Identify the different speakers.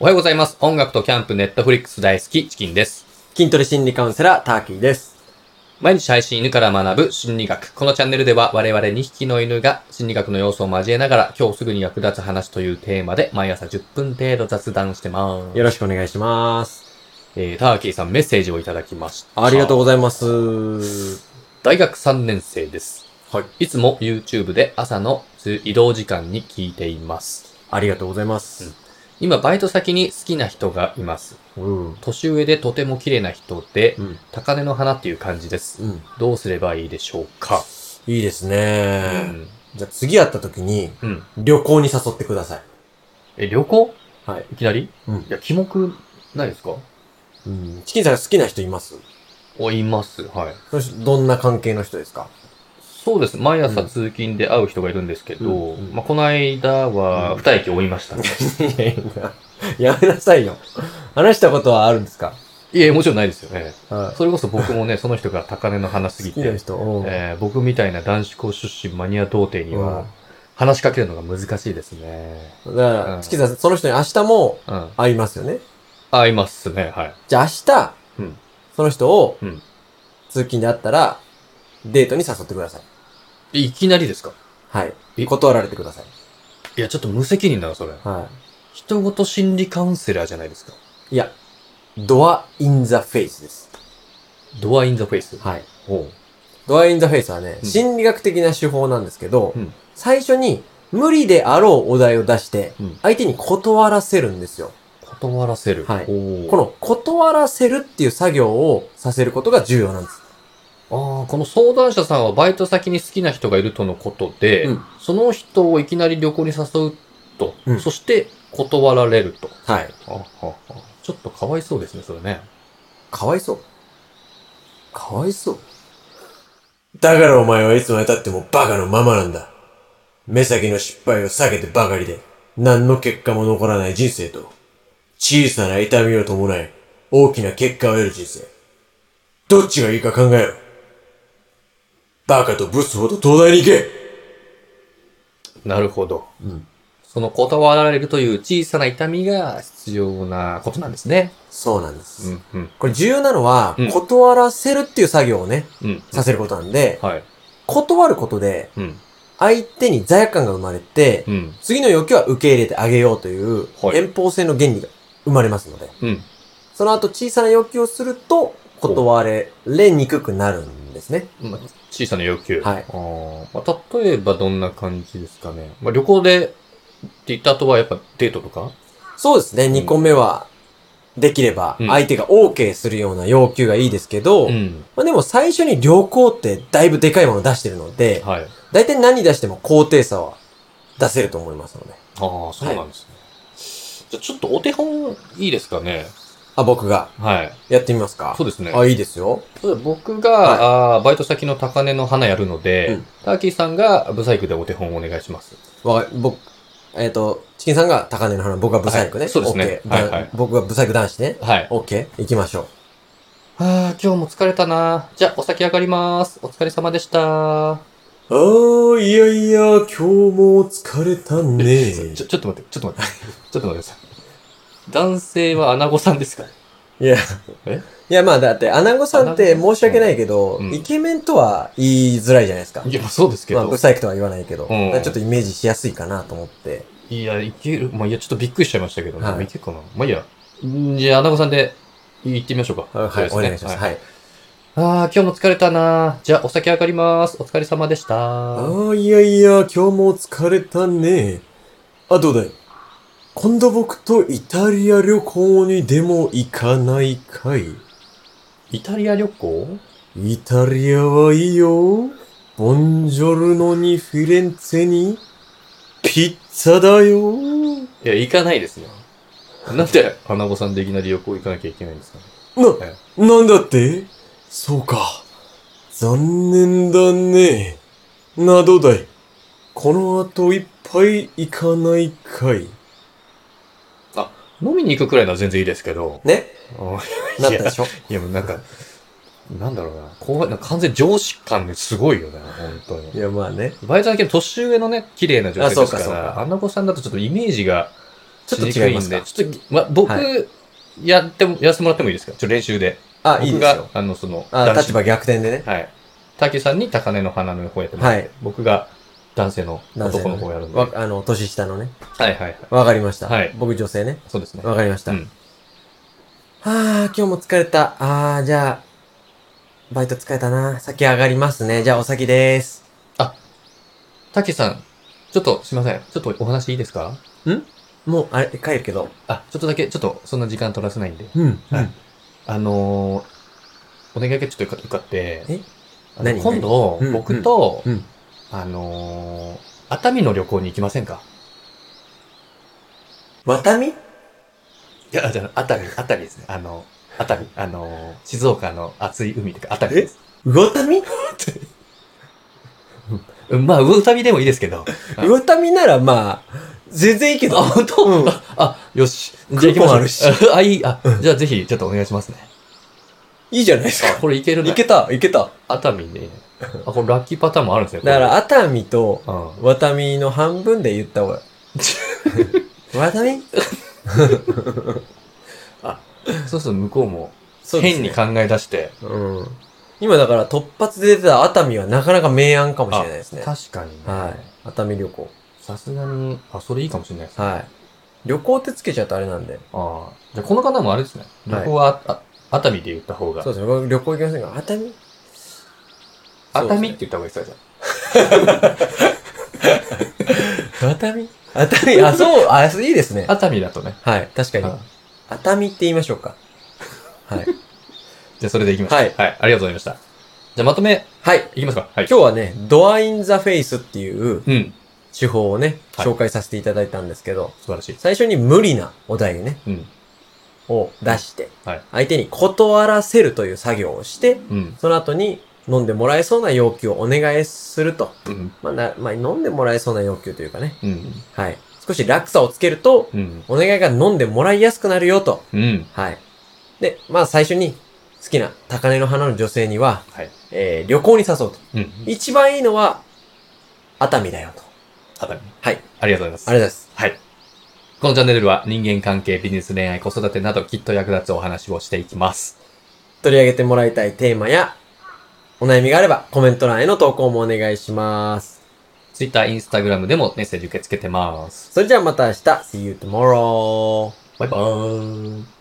Speaker 1: おはようございます。音楽とキャンプ、ネットフリックス大好き、チキンです。
Speaker 2: 筋トレ心理カウンセラー、ターキーです。
Speaker 1: 毎日配信犬から学ぶ心理学。このチャンネルでは我々2匹の犬が心理学の要素を交えながら今日すぐに役立つ話というテーマで毎朝10分程度雑談してま
Speaker 2: よ
Speaker 1: す。
Speaker 2: ろしくお願いします。
Speaker 1: えー、ターキーさんメッセージをいただきました。
Speaker 2: ありがと
Speaker 1: う。
Speaker 2: うございます。
Speaker 1: 大学3年生です。
Speaker 2: はい。
Speaker 1: いつも YouTube で朝の移動時間に聞いています。
Speaker 2: ありがとうございます。
Speaker 1: 今バイト先に好きな人がいます。
Speaker 2: うん。
Speaker 1: 年上でとても綺麗な人で、
Speaker 2: うん。
Speaker 1: 高嶺の花っていう感じです。
Speaker 2: うん。
Speaker 1: どうすればいいでしょうか、
Speaker 2: いいです
Speaker 1: う
Speaker 2: ね。
Speaker 1: ん、
Speaker 2: じゃあ次会った時に、
Speaker 1: うん。
Speaker 2: 旅行に誘ってください。
Speaker 1: え、旅行
Speaker 2: はい。
Speaker 1: いきなり
Speaker 2: うん
Speaker 1: い。や、キモくないですか
Speaker 2: うん。チキンさんが好きな人います
Speaker 1: お、います。はい。
Speaker 2: そしてどんな関係の人ですか
Speaker 1: そうです。毎朝
Speaker 2: うん
Speaker 1: 通勤で会う人がいるんですけど、
Speaker 2: うんうん
Speaker 1: まあ、この間は、
Speaker 2: うん
Speaker 1: 二駅追いました、ね。
Speaker 2: いやいや、やめなさいよ。話したことはあるんですか
Speaker 1: いや、もちろんないですよね。
Speaker 2: は
Speaker 1: それこそ僕もね、その人が高値の話す
Speaker 2: い。
Speaker 1: ぎ
Speaker 2: 好きな
Speaker 1: て、
Speaker 2: 人。うん。
Speaker 1: えー僕みたいな男子校出身マニア童貞には、話しかけるのが難しいですね。
Speaker 2: うんだか
Speaker 1: うん
Speaker 2: ら、チキンさん、その人に明日も
Speaker 1: うん。
Speaker 2: 会いますよね。
Speaker 1: あ、いますね、はい。
Speaker 2: じゃあ明日、
Speaker 1: うん
Speaker 2: その人を、
Speaker 1: うん
Speaker 2: 通勤で会ったら、デートに誘ってください。
Speaker 1: えいきなりですか
Speaker 2: は
Speaker 1: え
Speaker 2: い。断られてください。
Speaker 1: いや、ちょっと無責任だな、それ。
Speaker 2: は
Speaker 1: 人ごと心理カウンセラーじゃないですか。
Speaker 2: い。いや、ドアインザフェイスです。
Speaker 1: ドアインザフェイス。
Speaker 2: はい。
Speaker 1: おう
Speaker 2: ドアインザフェイスはね、
Speaker 1: うん
Speaker 2: 心理学的な手法なんですけど、
Speaker 1: うん
Speaker 2: 最初に無理であろうお題を出して、
Speaker 1: うん
Speaker 2: 相手に断らせるんですよ。
Speaker 1: 断らせる。
Speaker 2: はい
Speaker 1: おう
Speaker 2: この断らせるっていう作業をさせることが重要なんです。
Speaker 1: ああ、この相談者さんはバイト先に好きな人がいるとのことで、
Speaker 2: うん
Speaker 1: その人をいきなり旅行に誘うと、
Speaker 2: うん
Speaker 1: そして断られると。
Speaker 2: はい。
Speaker 1: あははちょっとかわいそうですね、それね。
Speaker 2: かわいそう。かわいそう。だからお前はいつまで経ってもバカのままなんだ。目先の失敗を避けてばかりで、何の結果も残らない人生と、小さな痛みを伴い、大きな結果を得る人生。どっちがいいか考えろ。バカとブスほど東大に行け
Speaker 1: なるほど。
Speaker 2: うん。
Speaker 1: その断られるという小さな痛みが必要なことなんですね。
Speaker 2: そうなんです。
Speaker 1: うん、うん、
Speaker 2: これ重要なのは、
Speaker 1: うん
Speaker 2: 断らせるっていう作業をね、
Speaker 1: うん。
Speaker 2: させることなんで、
Speaker 1: はい。
Speaker 2: 断ることで、
Speaker 1: うん、
Speaker 2: 相手に罪悪感が生まれて、
Speaker 1: うん、
Speaker 2: 次の要求は受け入れてあげようという
Speaker 1: はい
Speaker 2: 遠方性の原理が生まれますので、
Speaker 1: うん。
Speaker 2: その後小さな要求をすると断れれにくくなるんですね。
Speaker 1: まあ、小さな要求。
Speaker 2: はい
Speaker 1: あーまあ、例えばどんな感じですかね。まあ、旅行でって言った後はやっぱデートとか
Speaker 2: そうですね、
Speaker 1: ん
Speaker 2: 2個目はできれば
Speaker 1: うん
Speaker 2: 相手が OK するような要求がいいですけど、
Speaker 1: ん。
Speaker 2: まあ、でも最初に旅行ってだいぶでかいもの出してるので、
Speaker 1: はい。
Speaker 2: 大体何出しても高低差は出せると思いますので。
Speaker 1: ああ、そうなんですね。じゃあちょっとお手本いいですかね。
Speaker 2: あ、僕が
Speaker 1: はい。
Speaker 2: やってみますか
Speaker 1: そうですね。
Speaker 2: あ、いいですよ。
Speaker 1: そうだ僕が、
Speaker 2: はい
Speaker 1: あーバイト先の高値の花やるので、
Speaker 2: うん
Speaker 1: ターキーさんがブサイクでお手本をお願いします。
Speaker 2: わか僕、えっ、と、チキンさんが高値の花、僕がブサイクね。
Speaker 1: はいそうですね
Speaker 2: OK
Speaker 1: はいはい
Speaker 2: 僕がブサイク男子ね。
Speaker 1: はい。
Speaker 2: オッケー行きましょう。
Speaker 1: ああ、今日も疲れたな。じゃあ、お先上がります。お疲れ様でした。
Speaker 2: ああ、いやいや、今日も疲れたね
Speaker 1: ちょ、ちょっと待って、ちょっと待って。ちょっと待ってください。男性はアナゴさんですか
Speaker 2: いや
Speaker 1: え、
Speaker 2: いやまあだって、アナゴさんって申し訳ないけど、
Speaker 1: うん
Speaker 2: イケメンとは言いづらいじゃないですか。
Speaker 1: いや、まあそうですけ
Speaker 2: まあ、
Speaker 1: ど。
Speaker 2: ブサイクとは言わないけ
Speaker 1: う
Speaker 2: ど、
Speaker 1: ん
Speaker 2: だからちょっとイメージしやすいかなと思って。
Speaker 1: いや、いける。まあ、いや、ちょっとびっくりしちゃいましたけど、ね
Speaker 2: はい
Speaker 1: まあいけるかな。まあ、いいや。んじゃあ、アナゴさんで行ってみましょうか。
Speaker 2: はい、お願いします。
Speaker 1: はい
Speaker 2: はい。
Speaker 1: ああ、今日も疲れたな。じゃあ、お酒上がります。お疲れ様でした。あ
Speaker 2: ああ、いやいや、今日も疲れたね。あ、どうだい今度僕とイタリア旅行にでも行かないかい
Speaker 1: イタリア旅行
Speaker 2: イタリアはいいよ。ボンジョルノにフィレンツェにピッツァだよ。
Speaker 1: いや、行かないですよ。なんで、花子さんでいきなり旅行行かなきゃいけないんですかね。え
Speaker 2: な、なんだってそうか。残念だね。な、どうだいこの後いっぱい行かないかい
Speaker 1: 飲みに行くくらいなら全然いいですけど。
Speaker 2: ね
Speaker 1: あー
Speaker 2: なったでしょ
Speaker 1: いや、もうなんか、なんだろうな。後輩、なんか完全に上司感ですごいよね、本当に。
Speaker 2: いや、まあね。
Speaker 1: バイトだけど年上のね、綺麗な女性ですか
Speaker 2: あそうかそう
Speaker 1: ら、
Speaker 2: か
Speaker 1: アナゴさんだとちょっとイメージが
Speaker 2: ちょっと違いますか
Speaker 1: しにくいんでちょっと、ま、僕、
Speaker 2: は
Speaker 1: やっても、やらせてもらってもいいですかちょっと練習で。
Speaker 2: あ、いい
Speaker 1: 僕
Speaker 2: です
Speaker 1: が、
Speaker 2: よ。
Speaker 1: あの、その、
Speaker 2: あ、
Speaker 1: 男子
Speaker 2: 立場逆転でね。
Speaker 1: はい。たけさんに高根の花の方やってもらって、
Speaker 2: はい
Speaker 1: 僕が男性の
Speaker 2: 男性
Speaker 1: 男
Speaker 2: の
Speaker 1: の
Speaker 2: ね
Speaker 1: 方やるので。
Speaker 2: わ、あの、年下のね。
Speaker 1: はいはいはい。
Speaker 2: わかりました。
Speaker 1: はい
Speaker 2: 僕女性ね。
Speaker 1: そうですね。
Speaker 2: わかりました。
Speaker 1: う
Speaker 2: は
Speaker 1: ん
Speaker 2: あ、今日も疲れた。あー、じゃあ、バイト疲れたな。先上がりますね。じゃあお先でーす。
Speaker 1: たけさん、ちょっとすいません。ちょっとお話いいですか
Speaker 2: もう、あれ、帰るけど。
Speaker 1: あ、ちょっとだけ、ちょっとそんな時間取らせないんで。
Speaker 2: うん。
Speaker 1: はいあのー、お願いがちょっとよかよかって。
Speaker 2: え
Speaker 1: あの
Speaker 2: 何
Speaker 1: 今度
Speaker 2: 何う、ん
Speaker 1: 僕と、
Speaker 2: うんうん
Speaker 1: あのー、熱海の旅行に行きませんか
Speaker 2: またみ
Speaker 1: いや、じゃあ熱海、熱海ですね。あの、熱海、あのー、静岡の熱い海とか、熱海です。
Speaker 2: 魚民
Speaker 1: うんまあ、うたみでもいいですけど。あ
Speaker 2: 魚民ならまあ、全然いいけど。
Speaker 1: あ、本当、
Speaker 2: うん
Speaker 1: あ、よし。
Speaker 2: クーポンあるし
Speaker 1: じゃあ行きま しょう。あ、いい。あ
Speaker 2: う、ん
Speaker 1: じゃあぜひ、ちょっとお願いしますね。
Speaker 2: いいじゃないですか。
Speaker 1: これいけるね。
Speaker 2: いけた、いけた。
Speaker 1: 熱海ね。あ、これラッキーパターンもあるんですね。
Speaker 2: だから、熱海と、
Speaker 1: これ、うん。
Speaker 2: ワタミの半分で言っ た方が。ワタミ
Speaker 1: そうすると向こうも、
Speaker 2: そうです
Speaker 1: 変
Speaker 2: ね
Speaker 1: に考え出して、
Speaker 2: うん。今だから突発で出た熱海はなかなか明暗かもしれないですね。
Speaker 1: 確かにね。
Speaker 2: はい。熱海旅行。
Speaker 1: さすがに、あ、それいいかもしれないですね。
Speaker 2: はい。旅行ってつけちゃうとあれなんで。
Speaker 1: ああ。じゃあ、この方もあれですね。
Speaker 2: はい
Speaker 1: 旅行は、ああ熱海で言った方が
Speaker 2: そ。うですね。僕旅行行きませんが、熱海
Speaker 1: 熱海って言った方がいいですかじゃ
Speaker 2: 熱海熱海あ、そう、あ、そういいですね
Speaker 1: あ。熱海だとね。
Speaker 2: はい。確かに
Speaker 1: うん。
Speaker 2: 熱海って言いましょうか。はい。
Speaker 1: じゃあ、それで行きましょう。
Speaker 2: はい
Speaker 1: はい。ありがとうございました。じゃあ、まとめ、
Speaker 2: はい。
Speaker 1: いきますか。はい。
Speaker 2: 今日はね、ドアインザフェイスっていう
Speaker 1: うん。
Speaker 2: 手法をね、
Speaker 1: はい
Speaker 2: 紹介させていただいたんですけど、
Speaker 1: 素晴らしい。
Speaker 2: 最初に無理なお題ね、
Speaker 1: うん。
Speaker 2: を出して、
Speaker 1: はい
Speaker 2: 相手に断らせるという作業をして、
Speaker 1: うん。
Speaker 2: その後に飲んでもらえそうな要求をお願いすると。
Speaker 1: うん。
Speaker 2: まあ、なまあ、飲んでもらえそうな要求というかね。
Speaker 1: うん。
Speaker 2: はい。少し落差をつけると、
Speaker 1: うん。
Speaker 2: お願いが飲んでもらいやすくなるよと。
Speaker 1: うん。
Speaker 2: はい。で、まあ最初に好きな高根の花の女性には、
Speaker 1: はい。
Speaker 2: えー、旅行に誘うと。
Speaker 1: うん。
Speaker 2: 一番いいのは、熱海だよと。
Speaker 1: 熱海。
Speaker 2: はい。
Speaker 1: ありがとうございます。
Speaker 2: ありがとうございます。
Speaker 1: はい。このチャンネルでは人間関係、ビジネス、恋愛、子育てなどきっと役立つお話をしていきます。
Speaker 2: 取り上げてもらいたいテーマや、お悩みがあればコメント欄への投稿もお願いします。
Speaker 1: Twitter、Instagram でもメッセージ受け付けてます。
Speaker 2: それじゃあまた明日。See you tomorrow.
Speaker 1: バイバーイ。